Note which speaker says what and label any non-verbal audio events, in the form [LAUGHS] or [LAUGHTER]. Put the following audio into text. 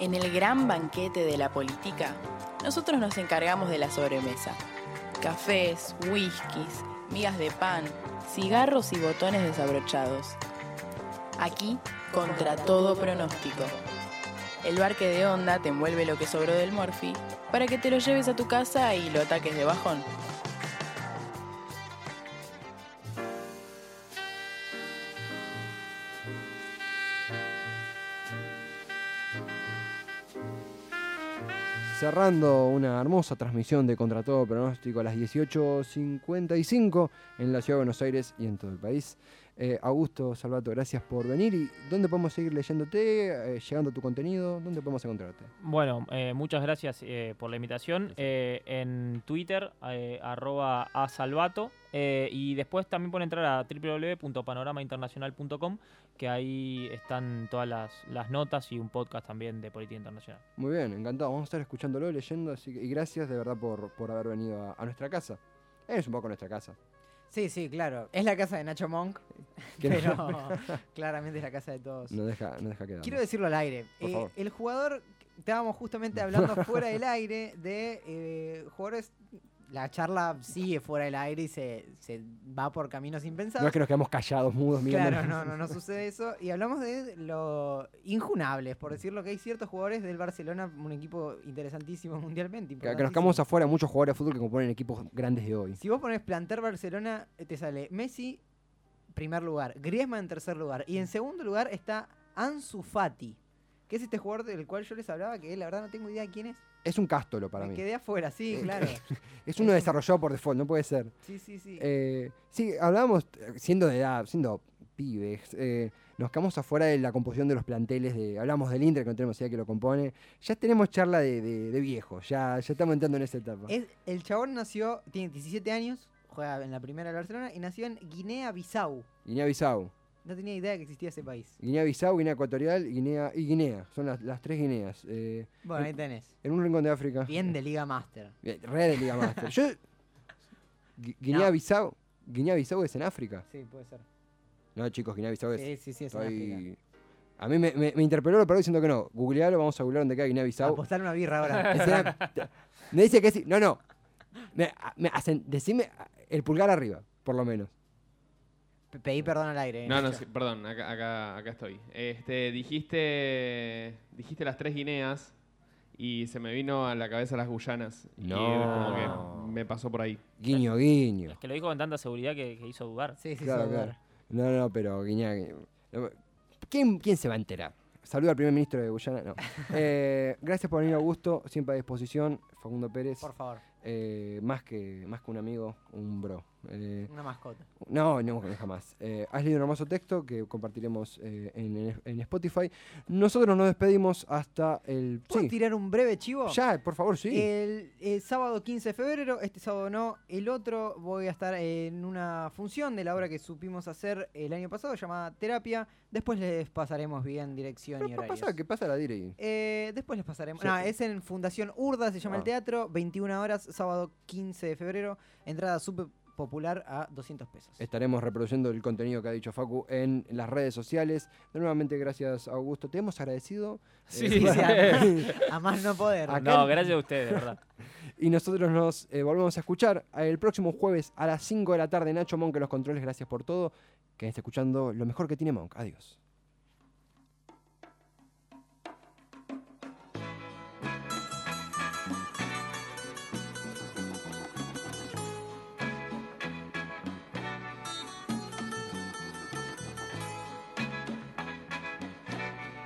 Speaker 1: En el gran banquete de la política, nosotros nos encargamos de la sobremesa. Cafés, whiskies, migas de pan, cigarros y botones desabrochados. Aquí, contra todo pronóstico. El barque de onda te envuelve lo que sobró del Morphy para que te lo lleves a tu casa y lo ataques de bajón.
Speaker 2: cerrando una hermosa transmisión de Contra Todo Pronóstico a las 18.55 en la Ciudad de Buenos Aires y en todo el país. Eh, Augusto Salvato, gracias por venir. ¿Y dónde podemos seguir leyéndote, eh, llegando a tu contenido? ¿Dónde podemos encontrarte?
Speaker 3: Bueno, eh, muchas gracias por la invitación. Eh, en Twitter, eh, arroba a Salvato. y después también pueden entrar a www.panoramainternacional.com, que ahí están todas las, las, notas y un podcast también de política internacional.
Speaker 2: Muy bien, encantado. Vamos a estar escuchándolo, leyendo. Así que, y gracias de verdad por, por haber venido a, a nuestra casa. Es un poco nuestra casa.
Speaker 4: Sí, sí, claro. Es la casa de Nacho
Speaker 2: [LAUGHS]
Speaker 4: Monk, pero no? claramente es la casa de todos.
Speaker 2: No deja, no deja quedar.
Speaker 4: Quiero decirlo al aire. Eh, el jugador, estábamos justamente hablando fuera
Speaker 2: [LAUGHS]
Speaker 4: del aire de eh, jugadores. La charla sigue fuera del aire y se, se, va por caminos impensados.
Speaker 2: No es que nos quedamos callados, mudos, mirando.
Speaker 4: Claro, no, no, no sucede eso. Y hablamos de lo injunables, por decirlo que hay ciertos jugadores del Barcelona, un equipo interesantísimo mundialmente.
Speaker 2: [LAUGHS] Que nos quedamos afuera muchos jugadores de fútbol que componen equipos grandes de hoy.
Speaker 4: Si vos pones plantar Barcelona, eh, te sale Messi, primer lugar, Griezmann en tercer lugar y en segundo lugar está Ansu Fati, que es este jugador del cual yo les hablaba que la verdad no tengo idea de quién es.
Speaker 2: Es un cástolo para
Speaker 4: Me
Speaker 2: mí.
Speaker 4: Quedé afuera, sí, claro.
Speaker 2: es uno desarrollado por default, no puede ser.
Speaker 4: Sí, sí, sí.
Speaker 2: Eh, sí, hablábamos eh, siendo de edad, siendo pibes, eh, nos quedamos afuera de la composición de los planteles, de, hablamos del Inter, que no tenemos idea que lo compone. Ya tenemos charla de, de, de viejo, ya, ya estamos entrando en esa etapa.
Speaker 4: Es, el chabón nació, tiene 17 años, juega en la primera de Barcelona y nació en Guinea-Bissau.
Speaker 2: Guinea-Bissau.
Speaker 4: No tenía idea que existía ese país.
Speaker 2: Guinea-Bissau, Guinea Ecuatorial Guinea y Guinea. Son las, las tres Guineas. Eh,
Speaker 4: bueno, ahí tenés.
Speaker 2: En un rincón de África.
Speaker 4: Bien de Liga Master.
Speaker 2: Bien, re de Liga
Speaker 4: [LAUGHS]
Speaker 2: Master. Yo. Guinea-Bissau. No. Guinea-Bissau es en África.
Speaker 4: Sí, puede ser.
Speaker 2: No, chicos, Guinea-Bissau es.
Speaker 4: Sí, sí, sí, es estoy... en África.
Speaker 2: A mí me, me, me interpeló lo paró diciendo que no. Googlealo, vamos a googlear donde queda Guinea-Bissau.
Speaker 4: [LAUGHS] Apostar una birra
Speaker 2: [LAUGHS]
Speaker 4: ahora.
Speaker 2: Una... me dice que sí. No, no. Me, me hacen, decime el pulgar arriba, por lo menos.
Speaker 4: Pedí perdón al aire. eh,
Speaker 5: No, no, sí, perdón, acá, acá, acá, estoy. Este, dijiste, dijiste las tres Guineas y se me vino a la cabeza las Guyanas.
Speaker 2: No.
Speaker 5: Y como que me pasó por ahí.
Speaker 2: Guiño, guiño.
Speaker 3: Es que lo dijo con tanta seguridad que, que hizo dudar.
Speaker 4: Sí, sí, claro, hizo dudar.
Speaker 2: Claro. No, no, pero guiña. guiña. ¿Quién, ¿Quién, se va a enterar? Saluda al primer ministro de Guyana.
Speaker 4: [LAUGHS]
Speaker 2: No. eh, gracias por venir, Augusto. Siempre a disposición. Facundo Pérez.
Speaker 4: Por favor.
Speaker 2: Eh, más, que, más que un amigo, un bro. Eh,
Speaker 4: una mascota.
Speaker 2: No, no, jamás. Eh, has leído un hermoso texto que compartiremos eh, en, en, Spotify. Nosotros nos despedimos hasta el.
Speaker 4: ¿Puedo sí. tirar un breve chivo?
Speaker 2: Ya, por favor, sí.
Speaker 4: El, el, sábado 15 de febrero, este sábado no, el otro voy a estar en una función de la obra que supimos hacer el año pasado llamada Terapia. Después les pasaremos bien dirección Pero y horarios.
Speaker 2: pasa? ¿Qué pasa la dire?
Speaker 4: Eh, después les pasaremos. Sí. No, es en Fundación Urda, se llama ah. el teatro, 21 horas, sábado 15 de febrero. Entrada súper popular a 200 pesos.
Speaker 2: Estaremos reproduciendo el contenido que ha dicho Facu en las redes sociales. De nuevamente, gracias Augusto. Te hemos agradecido.
Speaker 4: Sí, eh,
Speaker 2: [LAUGHS]
Speaker 4: sí a, a, más no poder.
Speaker 3: Acá no, gracias a ustedes, de verdad.
Speaker 2: y nosotros nos eh, volvemos a escuchar el próximo jueves a las 5 de la tarde. Nacho Monk, los controles, gracias por todo. Que esté escuchando lo mejor que tiene Monk. Adiós.